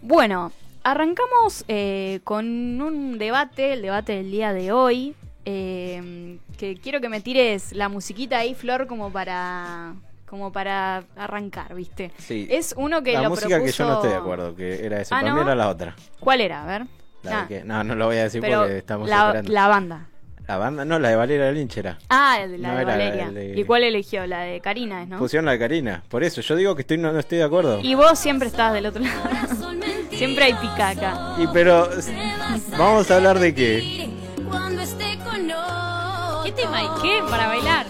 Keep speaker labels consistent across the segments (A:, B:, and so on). A: Bueno, arrancamos eh, con un debate, el debate del día de hoy. eh, que quiero que me tires la musiquita ahí, Flor, como para. como para arrancar, ¿viste?
B: Sí.
A: Es uno que
B: la
A: lo
B: música que yo no estoy de
A: propuso-
B: acuerdo, que era eso.
A: Ah,
B: Para
A: ¿no?
B: mí era la otra.
A: ¿Cuál era? A ver.
B: La
A: Nah,
B: de que- no, no lo voy a decir
A: pero
B: porque estamos
A: la,
B: esperando. La...
A: la banda.
B: banda, no, la de Valeria Linchera.
A: Ah, el de la
B: No
A: de
B: era
A: Valeria.
B: el de- Pues,
A: ¿Y cuál eligió? La de Karina, ¿no?
B: Pusieron la de Karina. Por eso, yo digo que estoy, no, no estoy de acuerdo. Y,
A: Y vos siempre estás del otro lado. siempre hay pica acá.
B: pero, s- vamos a hablar de qué.
C: Cuando esté con otro.
D: ¿Qué tema y qué para bailar?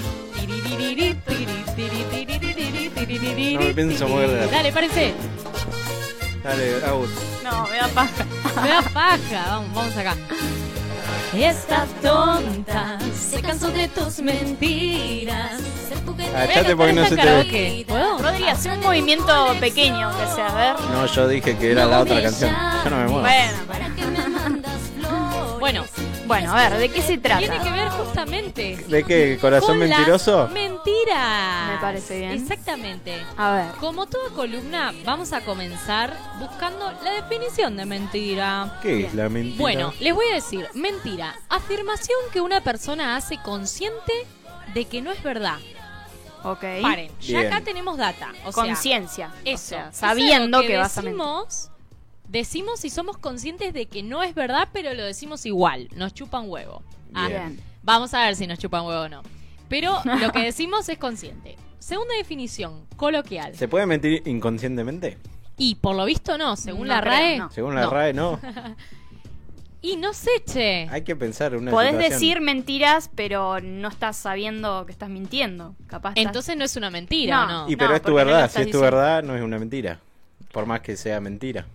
B: No me pienso mover de la-
D: Dale, parece.
B: Dale, Agus.
A: No, me da paja.
D: Me da paja. Vamos, vamos acá.
C: Esta tonta se cansó de tus mentiras. Ser juguetera.
B: Achate porque no se te ve.
D: Karaoke. ¿Puedo?
A: Rodri, hace un movimiento pequeño, que sea, a ver.
B: No, yo dije que era la otra canción. Yo no me muevo.
A: Bueno,
C: ¿Para qué me mandas flores?
D: Bueno,
A: bueno, a ver, ¿de qué se trata?
D: tiene que ver justamente
B: ¿De qué? ¿Corazón
D: con las
B: mentiroso?
D: mentiras.
A: Me parece bien.
D: Exactamente.
A: A ver.
D: Como toda columna, vamos a comenzar buscando la definición de mentira.
B: ¿Qué es la mentira?
D: Bueno, les voy a decir, mentira, afirmación que una persona hace consciente de que no es verdad.
A: Ok.
D: Paren, ya
B: Bien.
D: acá tenemos data. O sea,
A: Conciencia. O
D: eso,
A: sea,
D: es algo
A: sabiendo que, vas a mentir.
D: decimos, decimos y somos conscientes de que no es verdad, pero lo decimos igual. Nos chupan huevo. Ah,
B: Bien.
D: Vamos a ver si nos chupan huevo o no. Pero lo que decimos es consciente. Segunda definición, coloquial.
B: ¿Se puede mentir inconscientemente?
D: Y por lo visto no, según
A: No
D: la
A: creo,
D: RAE.
A: no.
B: Según la
D: No.
B: RAE, no.
D: Y no sé, che.
B: Hay que pensar en una
A: Podés
B: situación.
A: decir mentiras, pero no estás sabiendo que estás mintiendo. Capaz estás-
D: Entonces no es una mentira,
A: No.
D: ¿o
B: Y
D: no?
B: pero es tu
A: porque no lo
B: verdad,
A: estás
B: si es tu
A: diciendo.
B: verdad, no es una mentira. Por más que sea mentira.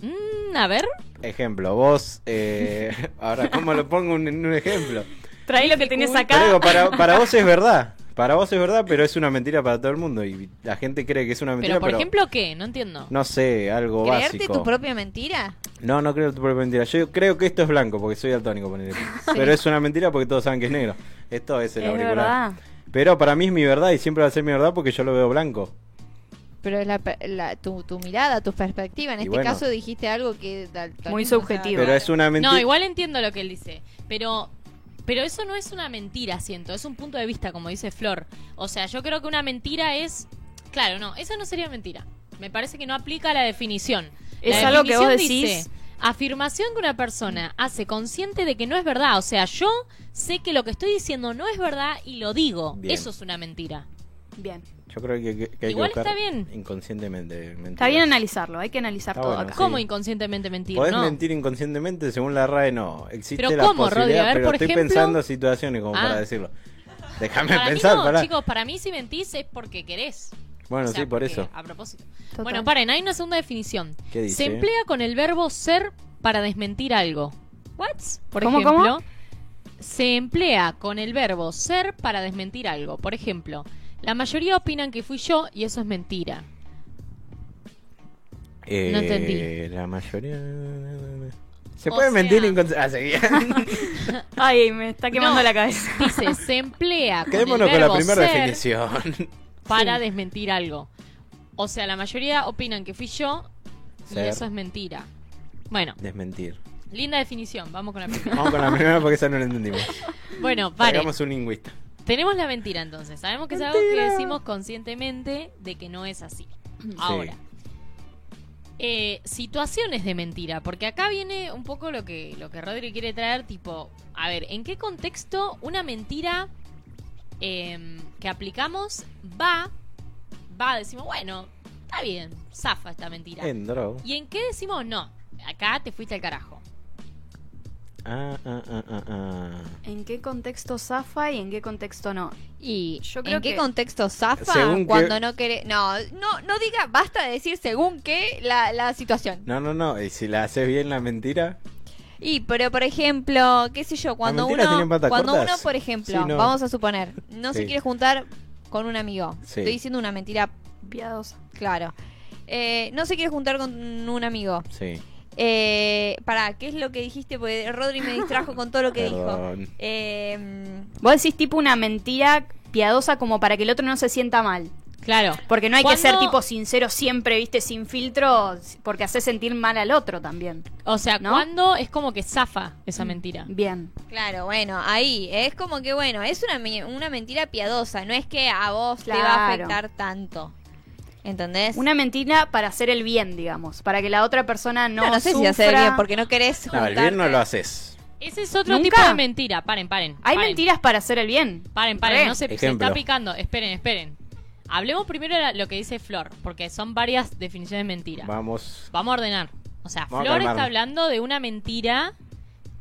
D: Mm, a ver.
B: Ejemplo, vos. eh, ahora, ¿cómo lo pongo en un, ejemplo?
A: traí lo que tenés acá.
B: Pero digo, para, para vos es verdad. Para vos es verdad, pero es una mentira para todo el mundo. Y la gente cree que es una mentira,
D: Pero,
B: pero.
D: por ejemplo, ¿qué? No entiendo.
B: no sé, algo
E: ¿Creerte
B: básico.
E: tu propia mentira?
B: No, no creo tu propia mentira. Yo creo que esto es blanco porque soy daltónico, ponele. Pero es una mentira porque todos saben que es negro. Esto es el
A: es
B: auricular.
A: verdad.
B: Pero para mí es mi verdad y siempre va a ser mi verdad porque yo lo veo blanco.
E: Pero es la, per- la- tu, tu mirada, tu perspectiva. En
B: Y
E: este
B: bueno.
E: caso dijiste algo que... daltonismo,
A: Muy
E: o sea,
A: subjetivo.
B: Pero es una mentira.
D: No, igual entiendo lo que él dice. Pero, pero eso no es una mentira, siento. Es un punto de vista, como dice Flor. O sea, yo creo que una mentira es. Claro, no, eso no sería mentira. Me parece que no aplica la definición. La
A: Es algo que vos
D: definición
A: decís.
D: dice, afirmación que una persona hace consciente de que no es verdad. O sea, yo sé que lo que estoy diciendo no es verdad y lo digo.
B: Bien.
D: Eso es una mentira.
A: Bien.
B: Yo creo que, que- que hay
D: Igual
B: que buscar
D: está bien.
B: inconscientemente. mentiras.
A: Está bien analizarlo, hay que analizar
B: Está
A: todo
B: bueno.
A: acá.
D: ¿Cómo inconscientemente mentir?
B: Podés
D: no.
B: mentir inconscientemente, según la RAE no. Existe
D: Pero
B: la
D: ¿cómo, Rodri? A
B: posibilidad,
D: ver,
B: pero
D: por
B: estoy
D: ejemplo-
B: pensando situaciones como
D: Ah.
B: para decirlo. Déjame
D: Para mí
B: pensar,
D: no,
B: pará.
D: chicos, para mí si mentís es porque querés.
B: Bueno,
D: O sea,
B: sí, por
D: porque-
B: eso.
D: A propósito.
A: Total.
D: Bueno, paren, hay una segunda definición.
B: ¿Qué dice?
D: Se emplea con el verbo ser para desmentir algo. ¿What? Por
A: ¿Cómo,
D: ejemplo,
A: cómo?
D: se emplea con el verbo ser para desmentir algo. Por ejemplo, la mayoría opinan que fui yo y eso es mentira.
B: Eh,
D: No entendí.
B: La mayoría... Se
D: O
B: puede
D: sea-
B: mentir Ah, inconscientemente.
A: Ay, me está quemando
D: No.
A: la cabeza.
D: Dice, se emplea con el verbo
B: Quedémonos con la primera
D: ser
B: definición.
D: para
A: Sí.
D: desmentir algo. O sea, la mayoría opinan que fui yo y
B: Ser.
D: eso es mentira. Bueno,
B: Desmentir.
D: linda definición. Vamos con la primera.
B: Vamos con la primera porque esa no la entendimos.
D: Bueno, paren.
B: Hagamos un lingüista.
D: Tenemos la mentira entonces. Sabemos que es algo que decimos conscientemente de que no es así. Ahora. eh, situaciones de mentira, porque acá viene un poco lo que, lo que Rodri quiere traer, tipo, a ver, ¿en qué contexto una mentira em, que aplicamos va, va, decimos, bueno, está bien, zafa esta mentira.
B: En Drow.
D: ¿Y en qué decimos, no, acá te fuiste al carajo?
B: Ah, ah, ah, ah, ah.
A: ¿En qué contexto zafa y en qué contexto no?
D: Y
A: Yo creo
E: ¿En qué
A: que
E: contexto zafa?
B: Según qué-
E: cuando no querés... No, no, no diga, basta de decir según qué la, la situación.
B: No, no, no. Y si la haces bien la mentira,
E: Y, pero por ejemplo, qué sé yo, cuando
B: mentiras
E: uno,
B: tienen patas
E: cuando
B: cortas.
E: uno, por ejemplo,
B: Sí, no.
E: vamos a suponer, no
B: Sí.
E: se quiere juntar con un amigo.
B: Sí.
E: Estoy diciendo una mentira,
A: piadosa.
E: claro. Eh, no se quiere juntar con un amigo.
B: sí.
E: Eh, pará, ¿qué es lo que dijiste? Porque Rodri me distrajo con todo lo que dijo.
B: Perdón.
E: Eh,
A: Vos decís tipo una mentira piadosa como para que el otro no se sienta mal.
D: Claro.
A: Porque no hay que ser
D: ¿Cuándo-
A: tipo sincero siempre, viste, sin filtro, porque hace sentir mal al otro también.
D: O sea,
A: ¿no?
D: cuando es como que zafa esa mentira.
A: Bien.
E: Claro, bueno, ahí es como que bueno, es una, mi- una mentira piadosa, no es que a vos te va a
A: Claro.
E: afectar tanto. ¿Entendés?
A: Una mentira para hacer el bien, digamos, para que la otra persona no,
E: no, no sé si
A: sufra.
E: hacer bien porque no querés
B: No, el
E: juntarte.
B: bien no lo haces.
D: Ese es otro
A: ¿Nunca?
D: tipo de mentira. Paren, paren.
A: Hay
D: paren.
A: mentiras para hacer el bien.
D: Paren, paren,
A: Re.
D: no se, se
B: Ejemplo.
D: está picando. Esperen, esperen. Hablemos primero de la- lo que dice Flor, porque son varias definiciones de mentira. Vamos,
B: Vamos.
D: a ordenar. O sea,
B: Vamos a
D: Flor está
B: calmarnos.
D: hablando de una mentira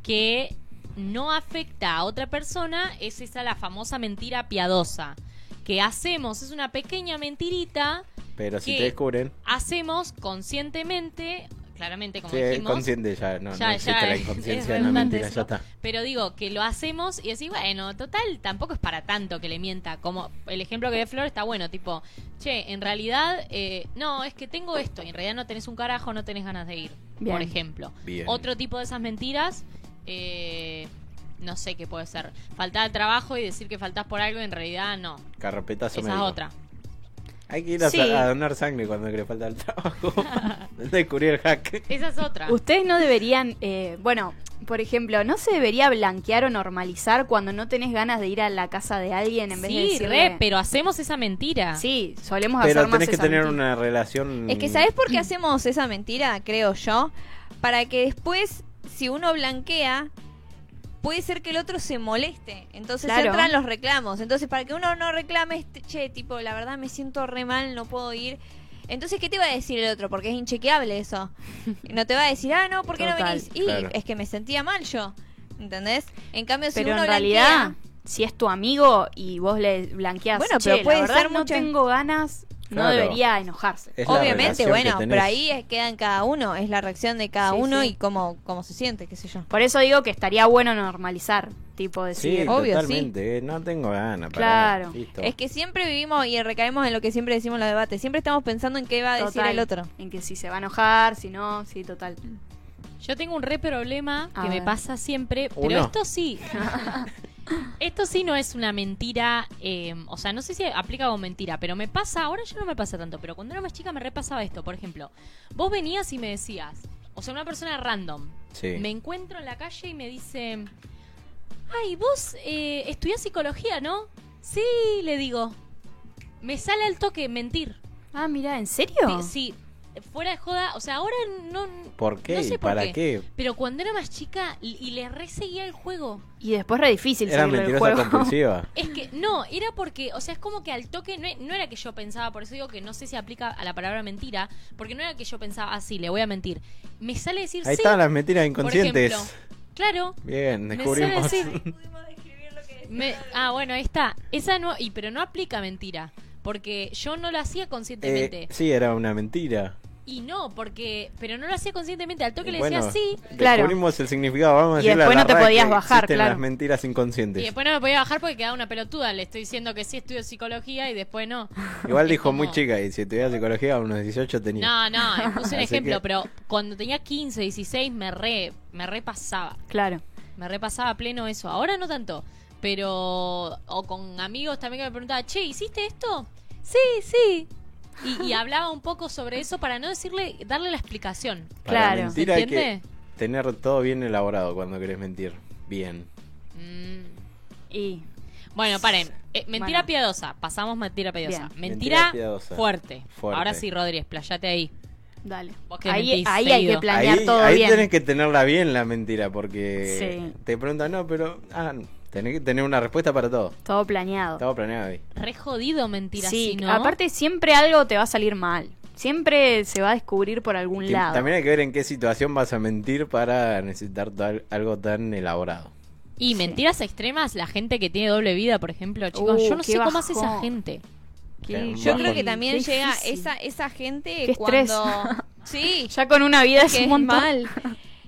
D: que no afecta a otra persona. Es esa la famosa mentira piadosa. Que hacemos, es una pequeña mentirita,
B: Pero si
D: ¿Qué?
B: te descubren,
D: hacemos conscientemente, claramente como
B: sí, es
D: dijimos.
B: consciente ya. No,
D: Ya,
B: no existe
D: ya,
B: la
D: es- es
B: inconsciencia de la
D: redundante
B: mentira,
D: eso.
B: ya está.
D: Pero digo, que lo hacemos y decís, bueno, total, tampoco es para tanto que le mienta. Como el ejemplo que de Flor está bueno, tipo, che, en realidad, eh, no, es que tengo esto y en realidad no tenés un carajo, no tenés ganas de ir,
A: Bien.
D: por ejemplo.
B: Bien.
D: Otro tipo de esas mentiras, eh, no sé qué puede ser. Faltar al trabajo y decir que faltás por algo y en realidad no.
B: Carpetazo
D: Esa es
B: médico.
D: otra.
B: Hay que ir a,
A: Sí.
B: a donar sangre cuando le falta el trabajo. Descubrí el hack.
D: Esa es otra.
A: Ustedes no deberían, eh, bueno, por ejemplo, ¿no se debería blanquear o normalizar cuando no tenés ganas de ir a la casa de alguien en vez de
D: Sí,
A: decirle...
D: re, pero hacemos esa mentira.
A: Sí, solemos hacer
B: Pero
A: más
B: tenés que
A: esa
B: tener
A: mentira.
B: una relación.
E: Es que ¿sabés por qué hacemos esa mentira, creo yo? Para que después, si uno blanquea, puede ser que el otro se moleste. Entonces
A: Claro.
E: entran los reclamos. Entonces, para que uno no reclame, este, che, tipo, la verdad me siento re mal, no puedo ir. Entonces, ¿qué te va a decir el otro? Porque es inchequeable eso. No te va a decir, ah, no, ¿por qué no
A: Total.
E: venís? Y
B: Claro.
E: es que me sentía mal yo. ¿Entendés? En cambio, si
A: Pero
E: uno
A: en realidad,
E: blanquea-
A: si es tu amigo y vos le blanqueás,
E: Bueno,
A: "Che,
E: pero
A: la
E: puede
A: verdad
E: ser
A: no
E: mucha-
A: tengo ganas, no
B: Claro. Eh.
A: debería enojarse.
B: Es la
E: Obviamente,
B: relación que
E: bueno,
B: tenés.
E: pero ahí es- queda en cada uno, es la reacción de cada
A: Sí,
E: uno
A: sí.
E: y cómo, cómo se siente, qué sé yo.
A: Por eso digo que estaría bueno normalizar, tipo
B: Sí,
A: decir,
E: obvio, sí.
B: totalmente. eh, No tengo ganas.
A: Claro.
B: Para, listo.
E: Es que siempre vivimos y recaemos en lo que siempre decimos en los debates, siempre estamos pensando en qué va a decir
A: total,
E: el otro.
A: en que si se va a enojar, si no, sí, total.
D: Yo tengo un re problema
A: A
D: que me
A: ver.
D: pasa siempre, pero
B: Uno.
D: esto sí. esto sí no es una mentira. eh, o sea, no sé si aplica como mentira, pero me pasa, ahora ya no me pasa tanto, pero cuando era más chica me repasaba esto. Por ejemplo, vos venías y me decías, o sea, una persona random,
B: Sí.
D: me encuentro en la calle y me dice, ay, vos eh, estudiás psicología, ¿no? Sí, le digo. Me sale al toque mentir.
A: Ah, mira, ¿en serio?
D: Sí, fuera de joda, o sea, ahora no...
B: ¿Por qué?
D: No sé
B: ¿Y
D: por
B: para
D: qué.
B: qué?
D: Pero cuando era más chica l- y le reseguía el juego.
A: Y después re difícil
B: Era
A: seguirle el
B: mentirosa
A: juego.
B: compulsiva.
D: Es que, no, era porque, o sea, es como que al toque, no, e- no era que yo pensaba, por eso digo que no sé si aplica a la palabra mentira, porque no era que yo pensaba, ah, sí, le voy a mentir. Me sale decir
B: Ahí
D: sí.
B: estaban las mentiras
D: por
B: inconscientes.
D: ejemplo. Claro.
B: Bien,
D: Me
B: descubrimos.
D: sale decir- me- ah, bueno, ahí está. Esa no, y pero no aplica mentira, porque yo no lo hacía conscientemente.
B: Eh, sí, era una mentira.
D: Y no, porque, pero no lo hacía conscientemente, al toque le
B: Bueno,
D: decía sí.
A: Claro.
B: Descubrimos el significado. Vamos a
A: Y
B: decirle a
A: después
B: la
A: no te
B: RAE
A: podías
B: que
A: bajar,
B: existen
A: claro.
B: las mentiras inconscientes.
D: Y después no me podía bajar porque quedaba una pelotuda. Le estoy diciendo que sí estudio psicología y después no.
B: Igual
D: Es
B: dijo
D: como-
B: muy chica. Y si estudiaba psicología, a unos 18 tenía.
D: No, no, le puse un
B: Así
D: ejemplo,
B: que-
D: pero cuando tenía 15, 16 me re, me repasaba.
A: Claro.
D: Me repasaba pleno eso. Ahora no tanto. Pero. O con amigos también que me preguntaban, che, ¿hiciste esto? Sí, sí. Y, y hablaba un poco sobre eso para no decirle, darle la explicación.
B: Para
A: Claro.
B: mentir
D: ¿Se
B: hay que
D: entiende?
B: tener todo bien elaborado cuando querés mentir. Bien.
D: Mm.
A: Y
D: Bueno, paren. Eh, mentira
A: Bueno.
D: piadosa. Pasamos mentira piadosa.
A: Bien.
D: Mentira,
B: Mentira piadosa.
D: Fuerte.
B: Fuerte.
D: Ahora sí, Rodríguez, playate ahí.
A: dale.
D: Vos que
A: Ahí,
D: mentís
A: ahí hay
D: seguido.
A: que planear
B: ahí
A: todo
B: ahí
A: bien.
B: tenés que tenerla bien la mentira. Porque
A: Sí.
B: te preguntan, no, pero. Ah, tenés que tener una respuesta para todo.
A: Todo planeado.
B: Estaba planeado ahí.
D: Re jodido mentira
A: sí,
D: así, ¿no?
A: aparte siempre algo te va a salir mal. Siempre se va a descubrir por algún
B: Ti-
A: lado.
B: También hay que ver en qué situación vas a mentir para necesitar tal- algo tan elaborado.
D: Y mentiras extremas, la gente que tiene doble vida, por ejemplo, chicos,
A: Uh,
D: yo no
A: qué
D: sé cómo hace esa
A: bajón.
D: gente.
B: Qué
E: Yo creo
B: bajón.
E: que también
A: Qué
E: llega
A: difícil.
E: esa esa gente
A: Qué estrés.
E: cuando sí,
A: Ya con una vida es
E: que
A: un montón.
E: mal.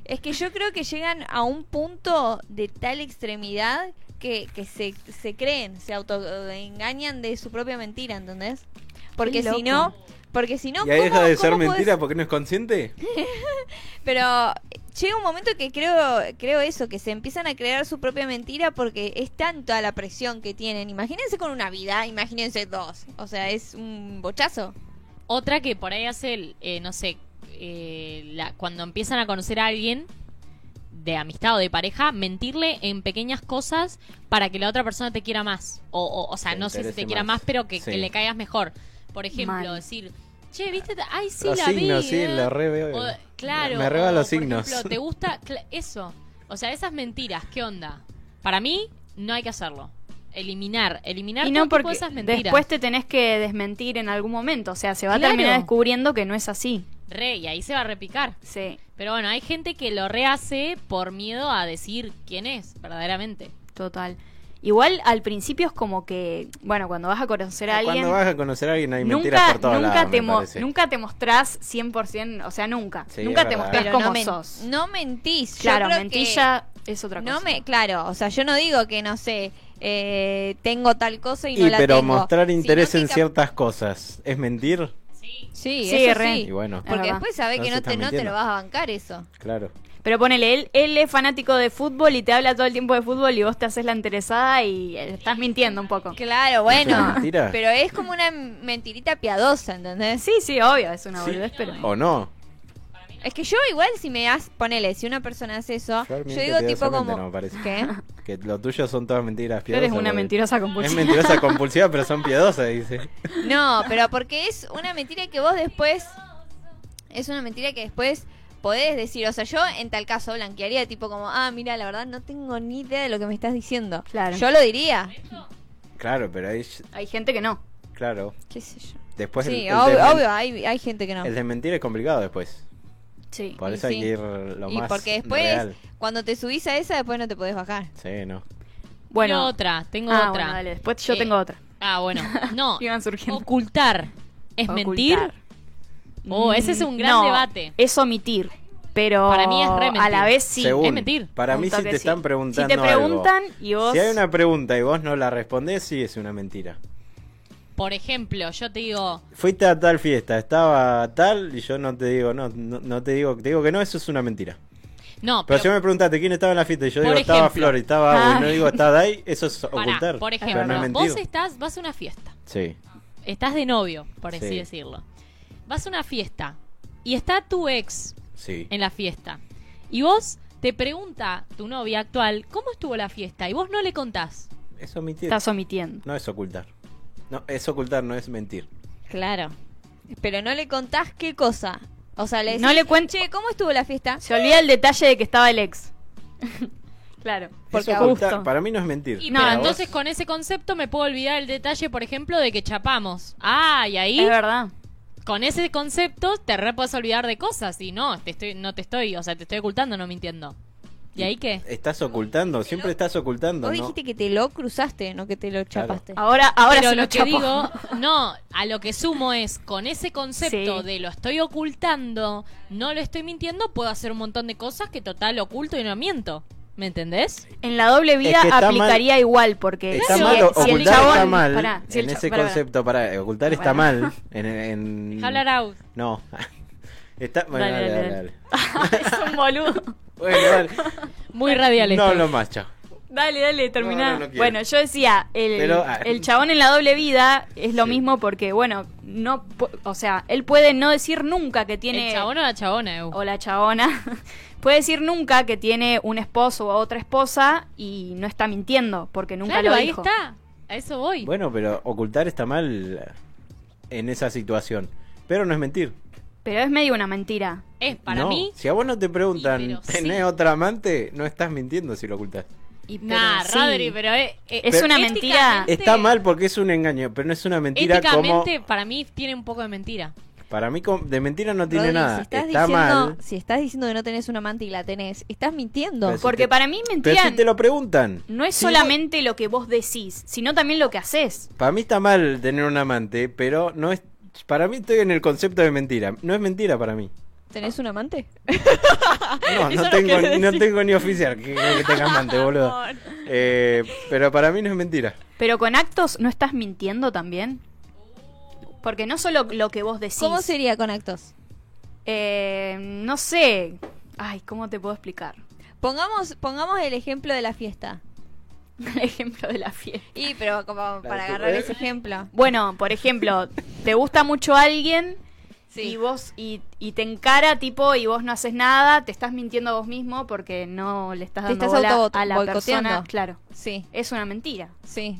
E: Es que yo creo que llegan a un punto de tal extremidad que, que se, se creen, se autoengañan de su propia mentira, ¿entendés? Porque
A: Qué
E: si
A: loco.
E: no, porque si no
B: y ahí
E: ¿cómo-
B: deja de ser
E: cómo podés-
B: mentira porque no es consciente.
E: Pero llega un momento que creo, creo eso, que se empiezan a crear su propia mentira porque es tanta la presión que tienen. Imagínense con una vida, imagínense dos. O sea, es un bochazo.
D: Otra que por ahí hace, el, eh, no sé, eh, la- cuando empiezan a conocer a alguien de amistad o de pareja, mentirle en pequeñas cosas para que la otra persona te quiera más. O, o, o sea,
B: Te
D: no sé si
B: interese
D: te quiera
B: más.
D: más, pero que, que
B: Sí.
D: le caigas mejor. Por ejemplo,
A: Mal.
D: decir, che, viste, ay, sí,
B: Los
D: la
B: signos,
D: vi.
B: sí,
D: eh".
B: la re veo.
D: O- claro.
B: Me reba
D: o,
B: los
D: por
B: signos.
D: ejemplo, ¿te gusta Cla- eso? O sea, esas mentiras, ¿qué onda? Para mí, no hay que hacerlo. Eliminar, eliminar
A: Y
D: todo
A: no
D: tipo de
A: porque
D: esas mentiras.
A: después te tenés que desmentir en algún momento. O sea, se va a terminar
D: Claro.
A: descubriendo que no es así.
D: Re, y ahí se va a repicar.
A: Sí,
D: Pero bueno, hay gente que lo rehace por miedo a decir quién es, verdaderamente.
A: total. Igual al principio es como que, bueno, cuando vas a conocer a alguien,
B: Cuando vas a conocer a alguien hay mentiras
A: nunca,
B: por todos
A: nunca,
B: lados.
A: te
B: me
A: mo-
B: parece.
A: nunca te mostrás 100%, o sea, nunca.
B: Sí,
A: nunca
B: es
A: te
B: verdad.
A: mostrás como
E: no, men-
A: sos.
E: no mentís. Yo
A: claro,
E: creo
A: mentilla es otra
E: que
A: cosa.
E: No me, claro, o sea, yo no digo que no sé, eh, tengo tal cosa y,
B: Y
E: no la
B: pero
E: tengo.
B: mostrar
E: Sino
B: interés
E: que
B: en
E: cap-
B: ciertas cosas es mentir.
E: Sí,
A: Sí,
E: eso
A: re.
E: sí.
B: Y bueno,
A: Es
E: Porque
A: verdad.
E: después sabés que no
B: Entonces
E: te,
B: estás
E: no te lo
B: mintiendo.
E: vas a bancar eso.
B: claro.
A: Pero ponele, él, él es fanático de fútbol y te habla todo el tiempo de fútbol y vos te haces la interesada y eh, estás mintiendo un poco.
E: Claro,
B: ¿Es una
E: bueno.
B: mentira?
E: Pero es como una mentirita piadosa, ¿entendés?
A: Sí, sí, obvio, es una
B: Sí.
A: boludez, pero...
B: O no.
E: Es que yo igual si me das, ponele, si una persona hace eso,
B: Flor
E: yo
B: miente
E: digo tipo
B: piadosamente,
E: como...
B: no, me parece.
E: ¿Qué?
B: Que lo tuyo son todas mentiras
A: Tú eres
B: piadosas.
A: una
B: porque-
A: mentirosa
B: Es
A: compulsiva.
B: mentirosa compulsiva, pero son piadosas, dice.
E: No, pero porque es una mentira que vos después... Es una mentira que después podés decir, o sea, yo en tal caso blanquearía tipo como, ah, mira, la verdad no tengo ni idea de lo que me estás diciendo.
A: Claro.
E: Yo lo diría.
B: Claro, pero ahí,
A: Hay gente que no.
B: claro.
E: ¿Qué sé yo?
B: Después Pues el,
E: sí,
B: el
E: obvio,
B: desmen-
E: obvio, hay, hay gente que no.
B: el desmentir es complicado después.
A: Sí.
B: Por
E: Y
B: eso hay
E: sí.
B: que ir lo
E: Y
B: más
E: porque después,
B: real.
E: cuando te subís a esa, después no te podés bajar.
B: Sí, no.
D: Bueno,
A: Bueno,
D: otra, tengo
A: ah,
D: otra.
A: bueno, dale, después yo
D: Eh,
A: tengo otra.
D: Ah, bueno, no.
A: Iban surgiendo.
D: Ocultar. ¿Es
A: Ocultar. Mm,
D: mentir? Oh, ese es un gran
A: No,
D: debate.
A: Es omitir, pero
D: Para mí es re
A: a
D: mentir.
A: la vez sí.
B: Según,
D: es mentir.
B: Para mí,
A: Punto
B: si
A: que
B: te
A: sí.
B: están preguntando.
A: Si te
B: algo,
A: preguntan y vos-
B: Si hay una pregunta y vos no la respondés, sí es una mentira.
D: Por ejemplo, yo te digo,
B: Fuiste a tal fiesta, estaba tal, y yo no te digo, no, no, no te digo, te digo que no, eso es una mentira.
D: no,
B: Pero
D: pero,
B: si me preguntaste quién estaba en la fiesta y yo
D: Por
B: digo estaba
D: ejemplo.
B: Flor y estaba Abu, y no
A: Ah.
B: digo estaba Dai, eso es
D: pará,
B: ocultar.
D: por
B: pero no
D: ejemplo,
B: es
D: vos
B: mentir.
D: estás, vas a una fiesta,
B: Sí,
D: estás de novio, por así
B: Sí.
D: decirlo. Vas a una fiesta y está tu ex
B: sí.
D: en la fiesta. Y vos te pregunta tu novia actual, ¿cómo estuvo la fiesta? Y vos no le contás.
B: Es omitir.
A: Estás omitiendo.
B: No es ocultar. No, es ocultar, no es mentir.
E: Claro. Pero no le contás qué cosa. O sea, le decís,
A: No le cuen-
E: Che, ¿cómo estuvo la fiesta?
A: Se olvida el detalle de que estaba el ex. claro.
E: Porque
B: es ocultar.
A: justo.
B: Para mí no es mentir.
D: Y
A: No,
D: pero
A: vos-
D: entonces con ese concepto me puedo olvidar el detalle, por ejemplo, de que chapamos. Ah, y ahí
A: Es verdad.
D: con ese concepto te re podés olvidar de cosas y no, te estoy, no te estoy, o sea, te estoy ocultando, no mintiendo. ¿Y ahí qué?
B: Estás ocultando, siempre estás ocultando.
E: Vos
B: ¿no?
E: dijiste que te lo cruzaste, no que te lo
B: Claro. Ah,
E: chapaste.
A: Ahora, ahora
D: Pero
A: se
D: lo
A: lo
D: que
A: chapó.
D: digo, no, a lo que sumo es, con ese concepto
A: Sí.
D: de lo estoy ocultando, no lo estoy mintiendo, puedo hacer un montón de cosas que total oculto y no miento. ¿Me entendés?
A: En la doble vida
B: Es que está
A: aplicaría igual, porque
B: Está
A: si,
B: mal,
A: si
B: ocultar
A: el chabón.
B: está mal.
A: pará, si el
B: en
A: cha-
B: ese
A: pará, pará.
B: concepto, para ocultar está mal. En, en-
D: Deja hablar out.
B: No. Está... Bueno,
A: Dale,
B: dale,
A: dale,
B: dale,
A: dale. es un boludo.
B: Bueno,
D: Muy
B: dale.
D: radial
B: no
D: esto.
B: hablo más, chao.
A: Dale, dale, terminá.
B: No, no, no quiero.
A: bueno, yo decía, el,
B: Pero, ah.
A: el chabón en la doble vida es lo
B: Sí.
A: mismo porque, bueno, no, pu- o sea, él puede no decir nunca que tiene...
D: El chabón o la chabona, Eu.
A: o la chabona, puede decir nunca que tiene un esposo o otra esposa y no está mintiendo porque nunca
D: claro,
A: lo
D: ahí
A: dijo.
D: está. A eso voy.
B: Bueno, pero ocultar está mal en esa situación. Pero no es mentir.
A: Pero es medio una mentira.
D: es para
B: No.
D: mí.
B: Si a vos no te preguntan,
D: Y, pero sí.
B: ¿tenés otra amante? No estás mintiendo si lo ocultás.
A: Y pero
D: Nah,
A: sí.
D: Rodri, pero eh, eh,
A: Es una mentira.
D: éticamente-
B: Está mal porque es un engaño, pero no es una mentira como.
D: Ah, Éticamente, para mí, tiene un poco de mentira.
B: Para mí, com- de mentira no tiene
E: Rodri,
B: nada.
E: Si estás,
B: está
E: diciendo,
B: mal.
E: si estás diciendo que no tenés un amante y la tenés, estás mintiendo.
B: Pero si
A: Porque
B: te-
A: para mí
B: Pero
A: mentira
B: si te lo preguntan.
A: no es
B: Si vos-
A: solamente lo que vos decís, sino también lo que haces.
B: Para mí está mal tener un amante, pero no es. Para mí estoy en el concepto de mentira. No es mentira para mí.
E: ¿Tenés un amante?
D: Ah,
B: No, no tengo, no tengo ni oficial que, que tenga amante, boludo. Eh, pero para mí no es mentira.
A: Pero con actos no estás mintiendo también. Porque no solo lo que vos decís.
E: ¿Cómo sería con actos?
A: Eh, no sé. Ay, ¿cómo te puedo explicar?
E: Pongamos, pongamos el ejemplo de la fiesta.
A: El ejemplo de la fiesta.
E: Y, pero como para
B: de tu
E: agarrar
B: red.
E: ese ejemplo.
A: Bueno, por ejemplo, te gusta mucho alguien y
E: Sí.
A: vos y, y te encara tipo y vos no haces nada, te estás mintiendo a vos mismo porque no le estás
E: Te
A: dando
E: estás
A: bola
E: auto-
A: a la
E: boicoteando.
A: persona. Claro,
E: Sí,
A: es una mentira,
E: sí.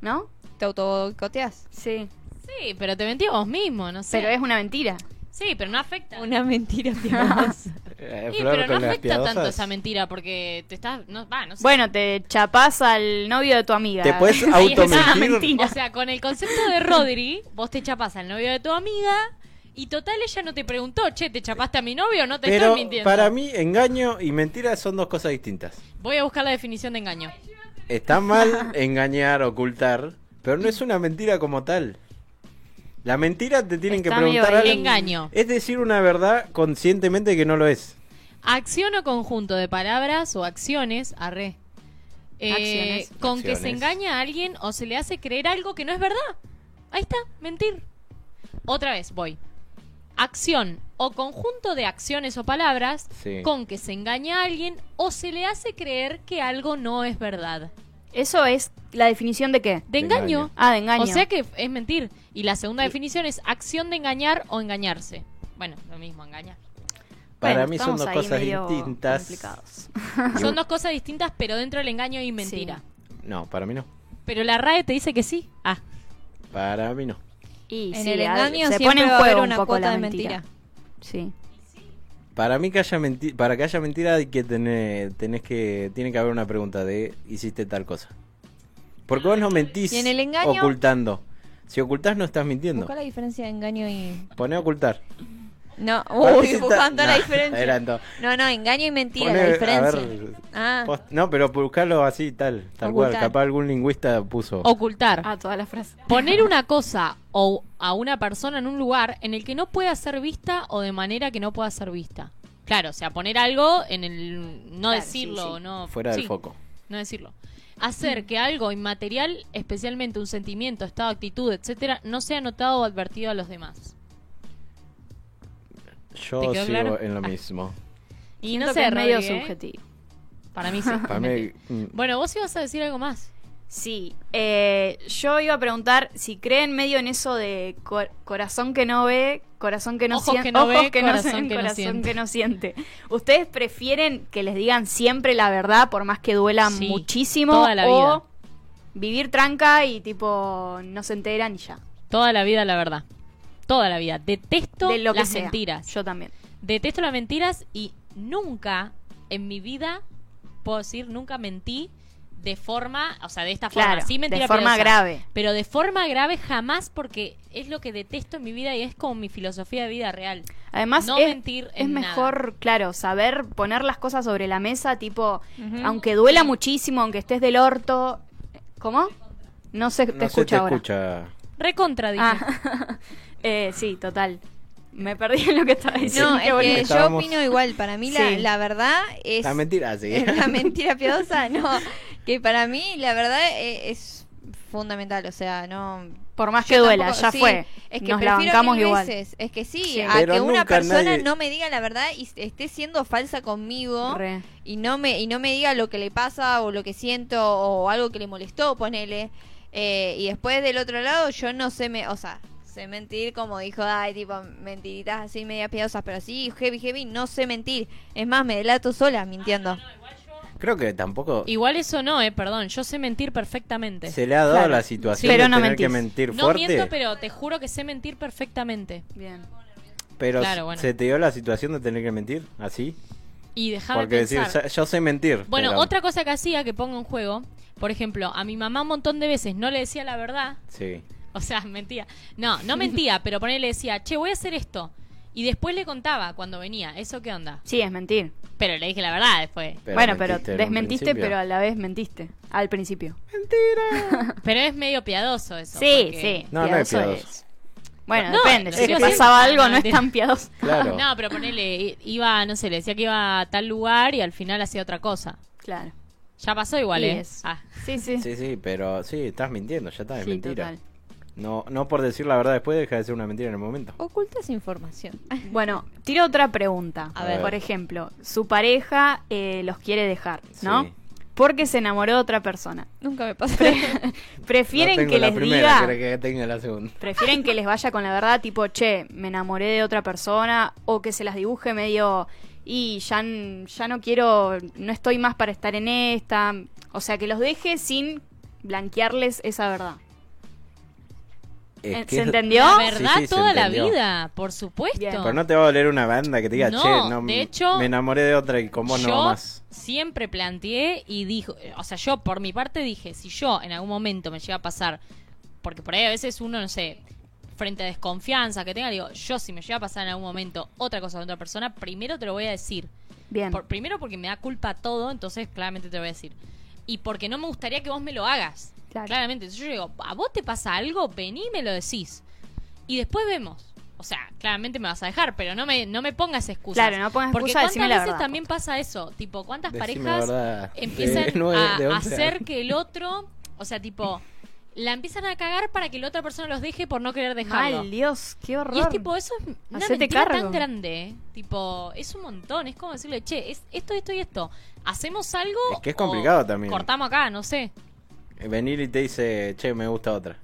A: ¿no?
E: Te autoboicoteas.
A: Sí,
D: Sí, pero te mentí a vos mismo, no sé.
A: pero es una mentira.
D: Sí, pero no afecta.
E: Una mentira
B: Eh,
D: Sí,
B: Flor
D: pero no
B: con las
D: afecta tanto
B: piadosas.
D: esa mentira porque te estás. No, va, no sé.
A: Bueno, te chapás al novio de tu amiga.
B: Te puedes
A: Ahí es una
B: automentir.
A: mentira.
D: O sea, con el concepto de Rodri, vos te chapas al novio de tu amiga y total ella no te preguntó, che, ¿te chapaste a mi novio o no te
B: Pero
D: estoy mintiendo?
B: para mí, engaño y mentira son dos cosas distintas.
D: Voy a buscar la definición de engaño.
B: Está mal engañar, ocultar, pero no es una mentira como tal. La mentira te tienen
A: Está
B: que
A: medio
B: preguntar
A: ahí.
B: algo.
D: Engaño.
B: Es decir una verdad conscientemente que no lo es.
D: Acción o conjunto de palabras o acciones, arre. eh,
A: Acciones.
D: Con que se
B: Acciones.
D: engaña a alguien o se le hace creer algo que no es verdad. Ahí está, mentir. Otra vez, voy. Acción o conjunto de acciones o palabras
B: Sí.
D: con que se engaña a alguien o se le hace creer que algo no es verdad.
A: Eso es la definición de qué?
D: De
B: De
D: engaño.
B: engaño.
A: Ah, de engaño.
D: O sea que es mentir. Y la segunda definición es acción de engañar o engañarse. Bueno, lo mismo, engañar.
B: Para
A: Bueno,
B: mí son
A: estamos
B: dos
A: ahí
B: cosas
A: medio
B: distintas.
A: complicados.
D: Son dos cosas distintas, pero dentro del engaño hay mentira.
B: No, para mí no.
D: Pero la RAE te dice que sí. Ah,
B: Para mí no.
A: Y
E: en
A: sí,
E: el
A: a-
E: engaño
A: se
E: siempre
A: pone en
E: va a
A: juego
E: haber
A: un
E: una
A: poco
E: cuota
A: la
E: de
A: mentira.
E: mentira.
A: Sí.
B: Para mí que haya menti- para que haya mentira hay que tener, tenés que tiene que haber una pregunta de hiciste tal cosa. Porque vos no mentís
E: Y en el engaño-
B: ocultando. Si ocultás no estás mintiendo.
E: Busca la diferencia de engaño y...
B: Poné ocultar.
E: No,
B: Para mí
E: uy,
B: está-
E: buscando
B: Nah,
E: la diferencia.
B: eran dos.
E: No, no, engaño y mentira,
B: Poné,
E: la
B: a
E: diferencia.
B: ver,
E: ah,
B: post- no, pero buscarlo así tal, tal cual,
E: Ocultar.
B: capaz algún lingüista puso.
D: ocultar.
A: Ah, toda la frase.
D: Poner una cosa o a una persona en un lugar en el que no pueda ser vista o de manera que no pueda ser vista. Claro, o sea, poner algo en el... No
A: Claro,
D: decirlo,
A: sí, sí.
D: no...
B: fuera del
D: sí.
B: foco.
D: no decirlo. Hacer que algo inmaterial, especialmente un sentimiento, estado, actitud, etcétera, no sea notado o advertido a los demás.
B: Yo
D: ¿Te
B: sigo
D: quedó claro?
B: en lo
D: Ah.
B: mismo.
D: Y
A: Siento
D: no
A: que
D: sé,
A: es medio
D: Rodri, ¿eh?
A: subjetivo.
D: Para mí sí.
B: Para mí, mm,
D: Bueno, vos ibas a decir algo más.
A: Sí, eh, yo iba a preguntar si creen medio en eso de cor- corazón que no ve, corazón que no
D: Ojos
A: siente,
D: que no ve, corazón
A: ven,
D: que no
A: corazón
D: siente.
A: que no siente. ¿Ustedes prefieren que les digan siempre la verdad por más que duela
D: Sí,
A: muchísimo
D: toda la
A: o
D: vida.
A: vivir tranca y tipo no se enteran y ya?
D: Toda la vida, la verdad. Toda la vida. Detesto
A: de lo que
D: las
A: sea.
D: mentiras.
A: Yo también.
D: Detesto las mentiras y nunca en mi vida, puedo decir, nunca mentí de forma, o sea, de esta forma.
A: Claro,
D: sí, mentira
A: de forma
D: piadosa.
A: grave.
D: Pero de forma grave jamás porque es lo que detesto en mi vida y es como mi filosofía de vida real.
A: Además,
D: No
A: es,
D: mentir
A: es
D: en nada.
A: mejor, claro, saber poner las cosas sobre la mesa, tipo,
E: Ujú.
A: aunque duela muchísimo, aunque estés del orto. ¿Cómo? No se te
B: no se
A: escucha
B: te
A: ahora.
B: escucha.
D: Recontra, dije.
A: Ah, eh, sí, total. Me perdí en lo que estaba diciendo.
E: no,
B: Sí,
E: es
B: bueno,
E: que yo
B: estábamos-
E: opino igual. Para mí la,
A: Sí.
E: la verdad es...
B: La Ah, mentira, sí.
E: es una mentira piadosa, no. Que para mí la verdad e- es, fundamental, o sea, no...
A: Por más
E: yo
A: que duela,
E: tampoco-
A: ya
E: sí,
A: fue.
E: Es que
A: Nos la
E: prefiero
A: bancamos
E: mil
A: igual.
E: veces, Es que sí,
A: Sí.
E: a
B: Pero
E: que una
B: nunca
E: persona
B: nadie-
E: no me diga la verdad y s- esté siendo falsa conmigo
A: Re.
E: y no me y no me diga lo que le pasa o lo que siento o algo que le molestó, ponele. Eh, y después del otro lado yo no sé, me, o sea, sé mentir como dijo, ay, tipo, mentiritas así media piadosas, pero sí, heavy, heavy, no sé mentir. Es más, me delato sola mintiendo.
B: Creo que tampoco
D: Igual eso no, eh, perdón. Yo sé mentir perfectamente.
B: se le ha dado
A: Claro.
B: la situación
A: Pero
B: de
A: no
B: tener que
A: mentís.
B: mentir
D: no
B: fuerte,
D: miento, pero te juro que sé mentir perfectamente.
A: Bien.
B: pero
D: Claro, bueno.
B: se te dio la situación de tener que mentir así,
D: Y déjame
B: porque decir,
D: pensar.
B: "Sa- yo sé mentir.
D: Bueno,
B: pero-
D: otra cosa que hacía que pongo en juego, por ejemplo, a mi mamá un montón de veces no le decía la verdad,
B: Sí.
D: o sea, mentía. No, no mentía, pero ponele le decía, che, voy a hacer esto. Y después le contaba cuando venía, ¿eso qué onda?
A: Sí, es mentir.
D: Pero le dije la verdad después.
A: bueno, pero
B: mentiste en un
A: desmentiste,
B: principio.
A: pero a la vez mentiste. Al principio.
D: Pero es medio piadoso eso.
A: Sí,
D: porque-
A: sí.
B: No, no es
A: piadoso
B: piadoso.
A: Bueno,
D: No,
A: depende.
D: lo
A: Si
D: sigo
A: te
D: haciendo.
A: pasaba algo,
D: No,
A: no es
D: mentira.
A: tan piadoso.
B: Claro.
D: No, pero ponele, i- iba, no sé, le decía que iba a tal lugar y al final hacía otra cosa.
A: Claro.
D: Ya pasó
A: Y
D: igual, ¿eh?
A: es-
D: Ah.
A: Sí, sí.
B: Sí, sí, pero sí, estás mintiendo, ya está, es
A: Sí,
B: mentira.
A: total.
B: No, no por decir la verdad después deja de ser una mentira en el momento.
E: Ocultas información.
A: Bueno, tiro otra pregunta.
B: A ver.
A: Por ejemplo, su pareja eh, los quiere dejar, ¿no?
B: Sí.
A: Porque se enamoró de otra persona.
E: Nunca me pasó.
A: Prefieren
B: No tengo
A: que
B: la
A: les
B: primera,
A: diga.
B: creo que tengo la segunda.
A: Prefieren que les vaya con la verdad, tipo, che, me enamoré de otra persona, o que se las dibuje medio, y ya, n- ya no quiero, no estoy más para estar en esta. O sea, que los deje sin blanquearles esa verdad.
B: Es
A: Eh,
B: que
A: ¿Se
B: es-
A: entendió?
D: La
B: Sí,
D: verdad
B: sí, se
D: toda la
B: entendió.
D: vida, por supuesto.
A: Bien.
B: Pero no te va a doler una banda que te diga,
D: No,
B: che, no,
D: de hecho,
B: me enamoré de otra y con vos no
D: yo
B: más.
D: siempre planteé y dijo, eh, o sea, yo por mi parte dije, si yo en algún momento me llega a pasar, porque por ahí a veces uno, no sé, frente a desconfianza que tenga, digo, yo si me llega a pasar en algún momento otra cosa con otra persona, primero te lo voy a decir.
A: Bien.
D: Por- primero porque me da culpa todo, entonces claramente te lo voy a decir. Y porque no me gustaría que vos me lo hagas.
A: Claro.
D: Claramente. Entonces yo digo, ¿a vos te pasa algo? Vení y me lo decís. Y después vemos. O sea, claramente me vas a dejar, pero no me, no me pongas excusas.
A: Claro, no pongas
D: Porque
A: excusa,
D: cuántas
A: decime la
D: veces
A: verdad,
D: también pasa eso. Tipo, ¿cuántas
B: Decime
D: parejas
B: verdad.
D: empiezan
B: De nueve-
D: a
B: de once
D: hacer
B: años.
D: que el otro, o sea, tipo, la empiezan a cagar para que la otra persona los deje por no querer dejarlo?
A: Mal, Dios, qué horror.
D: Y es tipo, eso es una
A: Hacete
D: mentira
A: cargo.
D: tan grande. ¿eh? Tipo, es un montón. Es como decirle, che, es esto, esto y esto. ¿Hacemos algo?
B: Es que es
D: o
B: complicado también.
D: Cortamos acá, no sé.
B: Venir y te dice, che, me gusta otra.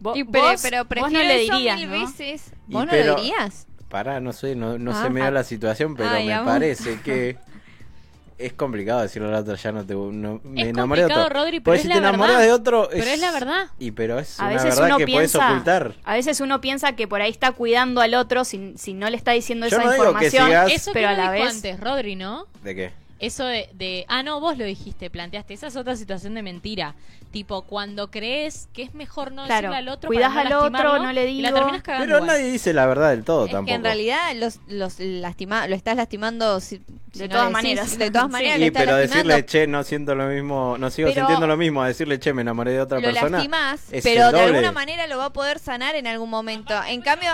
A: Vo-
E: Y pre-
A: vos,
E: pero
A: vos
E: prefiero
A: no le
E: eso
A: dirías,
E: mil
A: ¿no?
E: veces.
B: Y
E: ¿Vos no
B: pero-
E: lo dirías?
B: Pará, no sé, no, no
E: Ah.
B: se me da la situación, pero
E: Ay,
B: me
E: amor.
B: parece que es complicado decirle a la otra, ya no te... no- me
D: Es
B: enamoré de otro.
D: complicado, Rodri,
B: Porque
D: pero
B: si
D: es
B: te
D: la
B: enamoras
D: verdad.
B: de otro...
D: Pero es la verdad.
B: Y pero es
A: A
B: una
A: veces
B: verdad
A: uno
B: que puedes
A: piensa,
B: ocultar.
A: a veces uno piensa que por ahí está cuidando al otro si, si no le está diciendo
B: Yo
A: esa
B: no digo que
A: información,
B: sigas-
D: Eso
A: pero
D: que
A: a
D: no
A: la
D: dijo
A: vez
D: antes, Rodri, ¿no?
B: ¿De qué?
D: Eso de, de- Ah, no, vos lo dijiste, planteaste. Esa es otra situación de mentira. Tipo, cuando crees que es mejor no
A: Claro,
D: decirle al otro.
A: cuidás
D: para
A: al
D: no
A: otro,
D: lastimarlo,
A: no le
D: y La
A: digo.
D: terminas cagando.
B: Pero
D: igual.
B: nadie dice la verdad del todo
E: Es
B: tampoco.
E: que en realidad los, los lastima, lo estás lastimando si- si
A: De
E: no
A: todas
E: decís,
A: maneras.
E: De todas
A: Sí.
E: maneras, lo
B: Y
E: estás
B: pero
E: lastimando.
B: decirle, che, no siento lo mismo, no sigo
E: Pero-
B: sintiendo lo mismo, a decirle, che, me enamoré de otra
E: lo
B: persona.
E: lastimás,
B: es
E: pero
B: el
E: de
B: doble.
E: alguna manera lo va a poder sanar en algún momento. En cambio,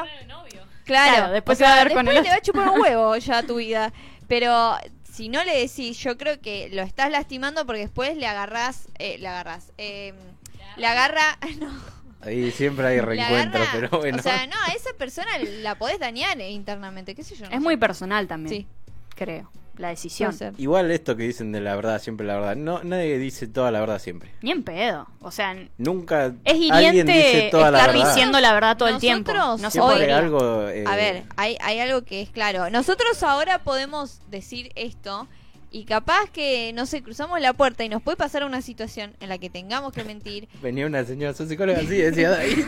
E: claro,
A: Claro, después
E: o
A: se va a
E: sea,
A: ver con
E: después
A: el
E: te va a chupar un huevo ya tu vida. Pero si no le decís, yo creo que lo estás lastimando porque después le agarrás, eh, le agarrás, eh, le agarra, no,
B: Ahí siempre hay
E: le
B: reencuentro,
E: agarra,
B: pero bueno.
E: o sea, no, a esa persona la podés dañar eh, internamente, qué sé yo. no
A: es
E: sé.
A: muy personal también,
E: Sí,
A: creo, la decisión.
E: puede ser.
B: Igual esto que dicen de la verdad, siempre la verdad. No, nadie dice toda la verdad siempre.
A: Ni en pedo, o sea, n-
B: Nunca
A: es
B: alguien
A: hiriente
B: dice toda
A: estar
B: la verdad.
A: diciendo la verdad todo el
E: Nosotros
A: tiempo. No se
E: hoy-
B: Siempre
A: podría.
B: algo, eh,
E: A ver, hay, hay algo que es claro. Nosotros ahora podemos decir esto y capaz que, no sé, cruzamos la puerta y nos puede pasar una situación en la que tengamos que mentir.
B: Venía una señora, sos psicóloga, así decía ahí.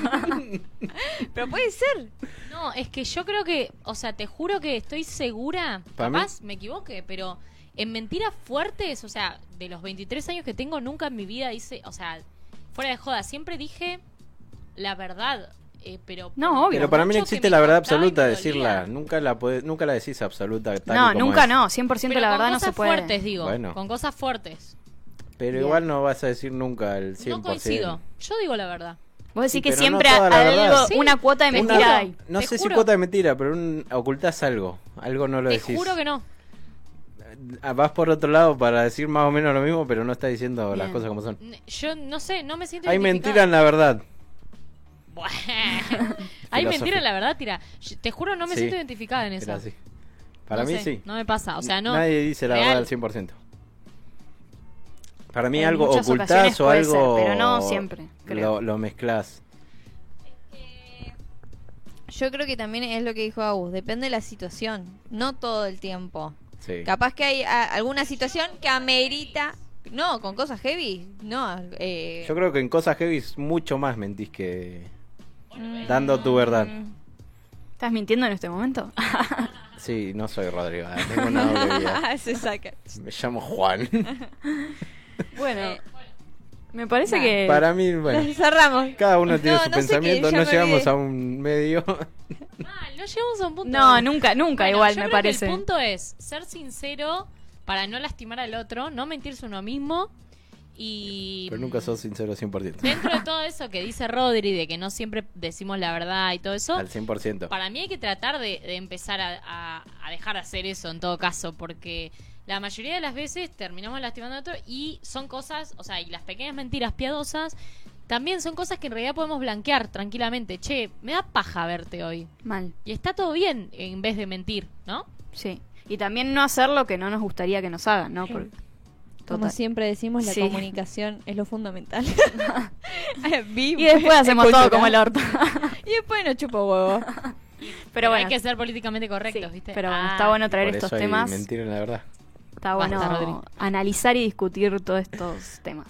E: Pero puede ser.
D: No, es que yo creo que, o sea, te juro que estoy segura,
B: Pa' mí-
D: capaz me equivoque, pero en mentiras fuertes, o sea, de los 23 años que tengo, nunca en mi vida hice, o sea, fuera de joda, siempre dije la verdad, eh, pero...
A: No, obvio.
B: Pero para mí no
D: mucho que
B: existe
D: me
B: la verdad
D: costaba y me
B: absoluta
D: dolía.
B: decirla. Nunca la podés- nunca la decís absoluta. Tal y
A: No,
B: como
A: nunca
B: es.
A: no, 100%
D: Pero
A: la
D: con
A: verdad no
D: cosas
A: se puede.
D: fuertes, digo,
B: Bueno.
D: con cosas fuertes.
B: Pero
A: Bien.
B: igual no vas a decir nunca el 100%.
D: No coincido, yo digo la verdad.
A: Vos decís
B: Sí,
A: que
B: pero no
A: siempre
B: toda la
A: algo-
B: verdad.
D: Sí,
A: una cuota de
D: te
A: mentira
D: juro.
A: hay.
B: No
D: Te
B: sé si
D: juro.
B: cuota de mentira, pero un, ocultás algo. Algo no lo
D: Te
B: decís.
D: juro que no.
B: Ah, Vas por otro lado para decir más o menos lo mismo, pero no estás diciendo las
A: Bien.
B: cosas como son.
D: N- Yo no sé, no me siento...
B: Hay mentira
D: identificada.
B: en la verdad.
D: Bueno. Hay mentira, la verdad, tira. Yo- Te juro, no me
B: Sí.
D: siento identificada en eso.
B: Era así. Para
D: No
B: mí
D: sé,
B: sí.
D: No me pasa, o sea, no.
B: Nadie dice la
D: real.
B: verdad al 100%. Para mí
A: En
B: algo
A: muchas
B: ocultás
A: ocasiones
B: o
A: puede
B: algo...
A: ser, pero no siempre, creo.
B: Lo, lo mezclás.
E: Yo creo que también es lo que dijo Agus, depende de la situación, no todo el tiempo.
B: Sí.
E: Capaz que hay a- alguna situación que amerita... No, con cosas heavy, no. eh,
B: Yo creo que en cosas heavy es mucho más mentís que... Dando tu verdad.
A: ¿Estás mintiendo en este momento?
B: Sí, no soy Rodrigo. ah, Tengo una doble vida.
E: Se saca.
B: Me llamo Juan.
A: bueno, me parece que
B: Para mí, bueno...
E: Cerramos.
B: Cada uno tiene
E: No,
B: su
E: no sé qué,
B: pensamiento,
E: ya
B: no
E: me
B: llegamos
E: olvidé.
B: a un medio.
D: Mal, no llegamos Ah, a un punto.
A: no, nunca, nunca
D: Bueno,
A: igual
D: yo
A: me
D: creo que
A: parece.
D: el punto es ser sincero para no lastimar al otro, no mentirse uno mismo y.
B: Pero nunca sos sincero 100%.
D: Dentro de todo eso que dice Rodri, de que no siempre decimos la verdad y todo eso,
B: Al 100%.
D: para mí hay que tratar de, de empezar a, a- a dejar de hacer eso en todo caso, porque la mayoría de las veces terminamos lastimando a otro y son cosas, o sea, y las pequeñas mentiras piadosas También son cosas que en realidad podemos blanquear tranquilamente. Che, me da paja verte hoy.
A: Mal,
D: Y está todo bien en vez de mentir, ¿no?
A: sí. Y también no hacer lo que no nos gustaría que nos hagan, ¿no? Porque-
E: Como
A: Total.
E: siempre decimos, la
A: Sí.
E: comunicación es lo fundamental.
A: Y después hacemos todo como el orto.
E: Y después no chupo huevo.
A: pero
D: Hay
A: bueno,
D: que ser políticamente
A: sí,
D: correctos, ¿viste?
A: pero bueno,
D: Ah,
A: está bueno traer
B: Por
A: estos
B: eso hay
A: temas.
B: Mentir en la verdad.
A: Está
D: Basta,
A: bueno
D: Rodri.
A: analizar y discutir todos estos temas.